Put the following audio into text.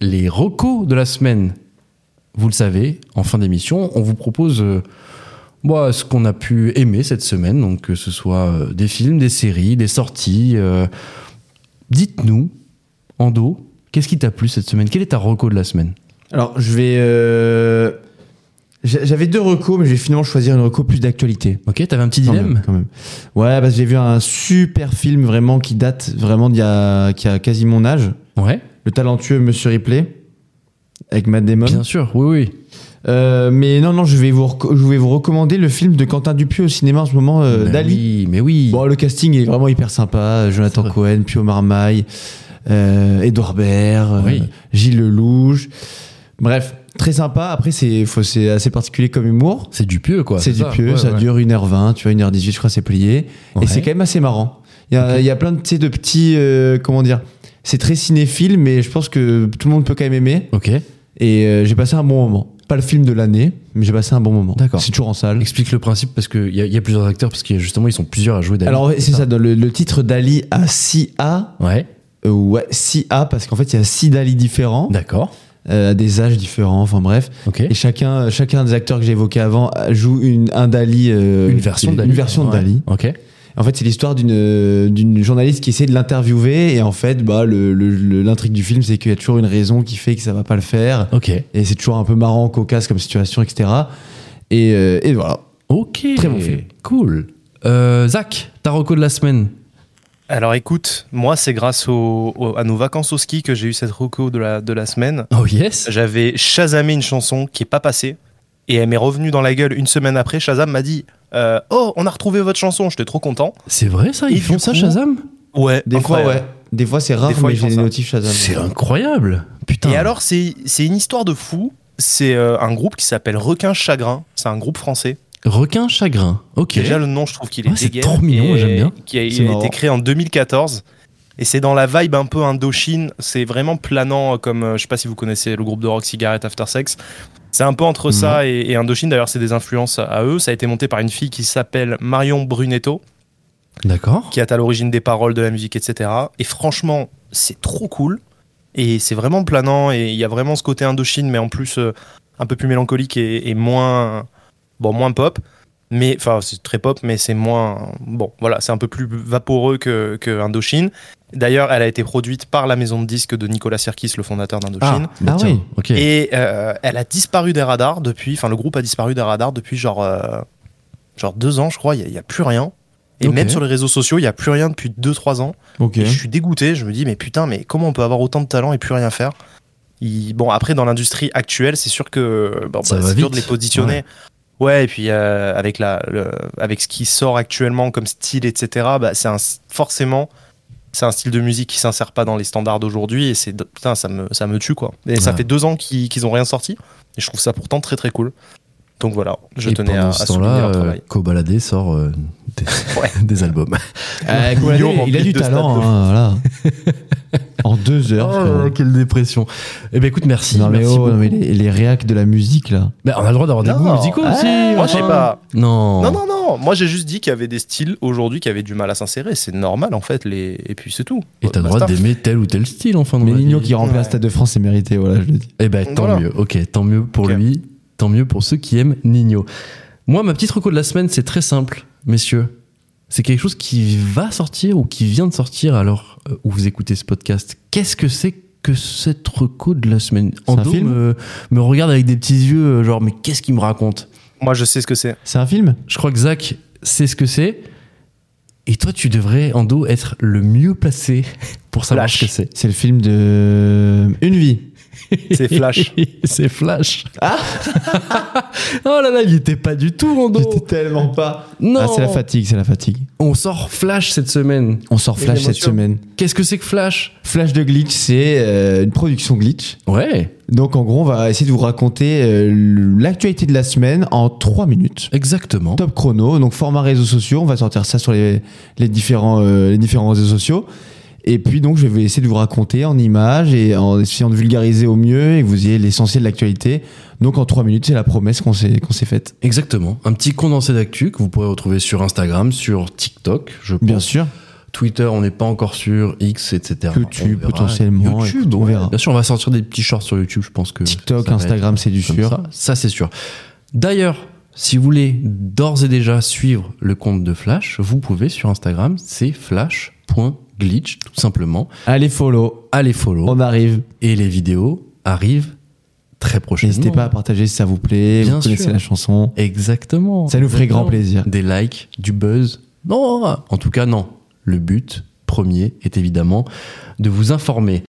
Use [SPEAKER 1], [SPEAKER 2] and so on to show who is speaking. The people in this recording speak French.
[SPEAKER 1] les recos de la semaine. Vous le savez, en fin d'émission, on vous propose euh, bah, ce qu'on a pu aimer cette semaine, donc que ce soit euh, des films, des séries, des sorties. euh, Dites-nous, Ando, qu'est-ce qui t'a plu cette semaine Quel est ta reco de la semaine
[SPEAKER 2] Alors, je vais. euh, j'a- J'avais deux recos, mais je vais finalement choisir une reco plus d'actualité.
[SPEAKER 1] Ok, t'avais un petit
[SPEAKER 2] Quand même,
[SPEAKER 1] dilemme
[SPEAKER 2] quand même. Ouais, parce que j'ai vu un super film vraiment qui date vraiment d'il y a, qui a quasi mon âge.
[SPEAKER 1] Ouais,
[SPEAKER 2] Le talentueux Monsieur Ripley avec Matt Damon.
[SPEAKER 1] bien sûr, oui, oui.
[SPEAKER 2] Euh, mais non, non, je vais vous reco- je vais vous recommander le film de Quentin Dupieux au cinéma en ce moment, euh,
[SPEAKER 1] Mais
[SPEAKER 2] Dali.
[SPEAKER 1] Ben oui, mais oui.
[SPEAKER 2] Bon, le casting est vraiment hyper sympa. Jonathan
[SPEAKER 1] C'est
[SPEAKER 2] Cohen, Pio Marmaille, euh, Edouard Baird, euh,
[SPEAKER 1] Oui.
[SPEAKER 2] Gilles Lelouch. Bref, très sympa. Après, c'est faut- c'est assez particulier comme humour.
[SPEAKER 1] C'est du pieux, quoi.
[SPEAKER 2] c'est du
[SPEAKER 1] ça
[SPEAKER 2] pieux,
[SPEAKER 1] Ouais,
[SPEAKER 2] ça
[SPEAKER 1] ouais.
[SPEAKER 2] dure 1h20, tu vois, 1h18, je crois, c'est plié.
[SPEAKER 1] Ouais.
[SPEAKER 2] Et c'est quand même assez marrant. Il y a, il y a plein de, tu sais, de petits. euh, comment dire C'est très cinéphile, mais je pense que tout le monde peut quand même aimer.
[SPEAKER 1] Ok,
[SPEAKER 2] Et euh, j'ai passé un bon moment. Pas le film de l'année, mais j'ai passé un bon moment.
[SPEAKER 1] D'accord.
[SPEAKER 2] C'est toujours en salle.
[SPEAKER 1] explique le principe parce qu'il y, a- il y a plusieurs acteurs, parce que justement, ils sont plusieurs à jouer Dali.
[SPEAKER 2] Alors, ouais, c'est ça, dans le, le titre d'Ali à 6A.
[SPEAKER 1] Ouais,
[SPEAKER 2] Euh, ouais, 6A, parce qu'en fait, il y a 6 Dali différents,
[SPEAKER 1] d'accord.
[SPEAKER 2] euh, à des âges différents, enfin bref.
[SPEAKER 1] Ok.
[SPEAKER 2] Et chacun, euh, chacun des acteurs que j'ai évoqués avant euh, joue une, un Dali. euh,
[SPEAKER 1] une version de
[SPEAKER 2] une
[SPEAKER 1] Dali.
[SPEAKER 2] version de
[SPEAKER 1] Ouais.
[SPEAKER 2] Dali.
[SPEAKER 1] Ok.
[SPEAKER 2] En fait, c'est l'histoire d'une euh, d'une journaliste qui essaie de l'interviewer et en fait, bah, le- le- le- l'intrigue du film, c'est qu'il y a toujours une raison qui fait que ça va pas le faire.
[SPEAKER 1] Ok.
[SPEAKER 2] Et c'est toujours un peu marrant, cocasse comme situation, etc. Et, euh, et voilà.
[SPEAKER 1] Ok.
[SPEAKER 2] Très bon film.
[SPEAKER 1] Cool. Euh, Zach, ta reco de la semaine.
[SPEAKER 3] Alors écoute, moi c'est grâce au- au- à nos vacances au ski que j'ai eu cette reco de la, de la semaine.
[SPEAKER 1] Oh yes.
[SPEAKER 3] J'avais Shazamé une chanson qui est pas passée et elle m'est revenue dans la gueule une semaine après. Shazam m'a dit euh, Oh, on a retrouvé votre chanson, j'étais trop content.
[SPEAKER 1] C'est vrai ça, ils
[SPEAKER 3] Et
[SPEAKER 1] font
[SPEAKER 3] du
[SPEAKER 1] ça
[SPEAKER 3] coup-
[SPEAKER 1] Shazam
[SPEAKER 3] Ouais,
[SPEAKER 2] Des
[SPEAKER 3] incroyable.
[SPEAKER 2] fois, ouais. Des fois, c'est rare,
[SPEAKER 3] Des fois,
[SPEAKER 2] mais
[SPEAKER 3] ils
[SPEAKER 2] j'ai
[SPEAKER 3] font
[SPEAKER 2] des
[SPEAKER 3] ça.
[SPEAKER 2] notifs Shazam.
[SPEAKER 1] C'est incroyable. Putain.
[SPEAKER 3] Et alors, c'est c'est une histoire de fou. C'est euh, un groupe qui s'appelle Requin Chagrin. C'est un groupe français.
[SPEAKER 1] Requin chagrin. Ok.
[SPEAKER 3] Déjà, le nom, je trouve qu'il est
[SPEAKER 1] Ouais, c'est
[SPEAKER 3] dégueu.
[SPEAKER 1] trop mignon,
[SPEAKER 3] et
[SPEAKER 1] j'aime bien.
[SPEAKER 3] Qui a, il
[SPEAKER 2] C'est
[SPEAKER 3] a
[SPEAKER 2] marrant.
[SPEAKER 3] été créé en 2014. Et c'est dans la vibe un peu Indochine. C'est vraiment planant, euh, comme euh, je sais pas si vous connaissez le groupe de rock Cigarette After Sex. C'est un peu entre
[SPEAKER 1] Mhm.
[SPEAKER 3] ça et, et Indochine. D'ailleurs, c'est des influences à eux. Ça a été monté par une fille qui s'appelle Marion Brunetto,
[SPEAKER 1] D'accord.
[SPEAKER 3] qui est à l'origine des paroles, de la musique, etc. Et franchement, c'est trop cool. Et c'est vraiment planant. Et il y a vraiment ce côté Indochine, mais en plus euh, un peu plus mélancolique et, et moins, bon, moins pop. Mais enfin, c'est très pop, mais c'est moins, bon, voilà, c'est un peu plus vaporeux que, que Indochine. D'ailleurs, elle a été produite par la maison de disques de Nicolas Sirkis, le fondateur d'Indochine.
[SPEAKER 1] bah
[SPEAKER 2] Ah
[SPEAKER 1] tiens,
[SPEAKER 2] oui.
[SPEAKER 1] Ok.
[SPEAKER 3] Et euh, elle a disparu des radars depuis, enfin le groupe a disparu des radars depuis genre, euh, genre deux ans je crois, il n'y a, plus rien. Et
[SPEAKER 1] Ok.
[SPEAKER 3] même sur les réseaux sociaux, il n'y a plus rien depuis 2-3 ans.
[SPEAKER 2] Ok.
[SPEAKER 3] Et je suis dégoûté, je me dis mais putain mais comment on peut avoir autant de talent et plus rien faire Il- Bon après dans l'industrie actuelle c'est sûr que bon,
[SPEAKER 1] Ça
[SPEAKER 3] bah,
[SPEAKER 1] va
[SPEAKER 3] c'est dur de
[SPEAKER 1] vite.
[SPEAKER 3] les positionner. Ouais. et puis euh, avec, la, le- avec ce qui sort actuellement comme style, etc., bah, c'est un, forcément c'est un style de musique qui s'insère pas dans les standards d'aujourd'hui et c'est putain ça me ça me tue quoi. Et ça
[SPEAKER 1] Ouais.
[SPEAKER 3] fait deux ans qu'ils qu'ils ont rien sorti et je trouve ça pourtant très très cool. Donc voilà, je
[SPEAKER 1] Et
[SPEAKER 3] tenais à,
[SPEAKER 1] pendant
[SPEAKER 3] à
[SPEAKER 1] ce
[SPEAKER 3] souligner
[SPEAKER 1] temps-là,
[SPEAKER 3] leur
[SPEAKER 1] euh,
[SPEAKER 3] travail.
[SPEAKER 1] Kobalade sort euh, des,
[SPEAKER 3] Ouais.
[SPEAKER 1] des albums.
[SPEAKER 2] Euh, Kobalade,
[SPEAKER 3] Mignon,
[SPEAKER 2] il a
[SPEAKER 3] rempli
[SPEAKER 2] du
[SPEAKER 3] de
[SPEAKER 2] talent,
[SPEAKER 3] stades.
[SPEAKER 2] hein, voilà. en deux heures. frère.
[SPEAKER 1] Oh, quelle dépression. Eh ben écoute, merci.
[SPEAKER 2] non, mais,
[SPEAKER 1] merci
[SPEAKER 2] oh, non,
[SPEAKER 1] beaucoup.
[SPEAKER 2] mais les, les réacs de la musique, là.
[SPEAKER 1] Bah, on a le droit d'avoir des
[SPEAKER 3] Non.
[SPEAKER 1] goûts musicaux
[SPEAKER 2] Ah,
[SPEAKER 1] aussi.
[SPEAKER 3] Moi je
[SPEAKER 1] enfin.
[SPEAKER 3] sais pas.
[SPEAKER 1] Non.
[SPEAKER 3] Non non non, moi j'ai juste dit qu'il y avait des styles aujourd'hui qui avaient du mal à s'insérer, c'est normal en fait les et puis Bah, c'est tout.
[SPEAKER 1] Et t'as le droit
[SPEAKER 3] Basta.
[SPEAKER 1] d'aimer tel ou tel style, enfin. dans
[SPEAKER 2] Mais
[SPEAKER 1] la vie.
[SPEAKER 2] Nino qui remplit un stade de France, c'est mérité, voilà, je le dis.
[SPEAKER 1] Eh ben tant
[SPEAKER 3] Voilà.
[SPEAKER 1] mieux, ok, tant mieux pour
[SPEAKER 3] Ok.
[SPEAKER 1] lui, tant mieux pour ceux qui aiment Nino. Moi, ma petite reco de la semaine, c'est très simple, messieurs. C'est quelque chose qui va sortir ou qui vient de sortir alors euh, où vous écoutez ce podcast. Qu'est-ce que c'est que cette reco de la semaine
[SPEAKER 2] C'est un
[SPEAKER 1] Ando
[SPEAKER 2] film
[SPEAKER 1] me, me regarde avec des petits yeux, euh, genre, mais qu'est-ce qu'il me raconte
[SPEAKER 3] Moi je sais ce que c'est.
[SPEAKER 2] C'est un film
[SPEAKER 1] Je crois que Zach sait ce que c'est. Et toi, tu devrais, Ando, être le mieux placé pour savoir
[SPEAKER 3] Flash.
[SPEAKER 1] ce que c'est.
[SPEAKER 2] C'est le film de Une vie.
[SPEAKER 3] C'est Flash.
[SPEAKER 1] c'est Ah Flash. oh là là, il était pas du tout en dos.
[SPEAKER 2] tellement pas.
[SPEAKER 1] Non.
[SPEAKER 2] Ah, c'est la fatigue, c'est la fatigue.
[SPEAKER 1] On sort Flash cette semaine.
[SPEAKER 2] On sort
[SPEAKER 3] Et
[SPEAKER 2] Flash cette
[SPEAKER 3] l'émotion.
[SPEAKER 2] semaine.
[SPEAKER 1] Qu'est-ce que c'est que Flash
[SPEAKER 2] Flash de Glitch, c'est euh, une production Glitch.
[SPEAKER 1] Ouais,
[SPEAKER 2] Donc en gros, on va essayer de vous raconter euh, l'actualité de la semaine en 3 minutes.
[SPEAKER 1] exactement.
[SPEAKER 2] Top chrono, donc format réseaux sociaux, on va sortir ça sur les, les différents, euh, les différents réseaux sociaux. Et puis donc je vais essayer de vous raconter en images et en essayant de vulgariser au mieux et que vous ayez l'essentiel de l'actualité. Donc en 3 minutes, c'est la promesse qu'on s'est qu'on s'est faite.
[SPEAKER 1] Exactement. Un petit condensé d'actu que vous pourrez retrouver sur Instagram, sur TikTok, je pense.
[SPEAKER 2] Bien sûr.
[SPEAKER 1] Twitter, on n'est pas encore sûr. X, etc.
[SPEAKER 2] YouTube,
[SPEAKER 1] On verra.
[SPEAKER 2] potentiellement,
[SPEAKER 1] YouTube,
[SPEAKER 2] écoute, on
[SPEAKER 1] ouais.
[SPEAKER 2] verra.
[SPEAKER 1] Bien sûr, on va sortir des petits shorts sur YouTube, je pense que.
[SPEAKER 2] TikTok,
[SPEAKER 1] ça va
[SPEAKER 2] Instagram, c'est du
[SPEAKER 1] comme
[SPEAKER 2] sûr.
[SPEAKER 1] Ça, Ça, c'est sûr. D'ailleurs, si vous voulez d'ores et déjà suivre le compte de Flash, vous pouvez sur Instagram, c'est flash.glitch, tout simplement.
[SPEAKER 2] Allez, follow.
[SPEAKER 1] Allez follow.
[SPEAKER 2] On arrive.
[SPEAKER 1] Et les vidéos arrivent très prochainement.
[SPEAKER 2] N'hésitez pas à partager si ça vous plaît.
[SPEAKER 1] Bien
[SPEAKER 2] vous connaissez
[SPEAKER 1] sûr.
[SPEAKER 2] la chanson.
[SPEAKER 1] Exactement.
[SPEAKER 2] Ça nous ferait grand
[SPEAKER 1] Exactement.
[SPEAKER 2] plaisir.
[SPEAKER 1] Des likes, du buzz. Non, en tout cas, non. Le but premier est évidemment de vous informer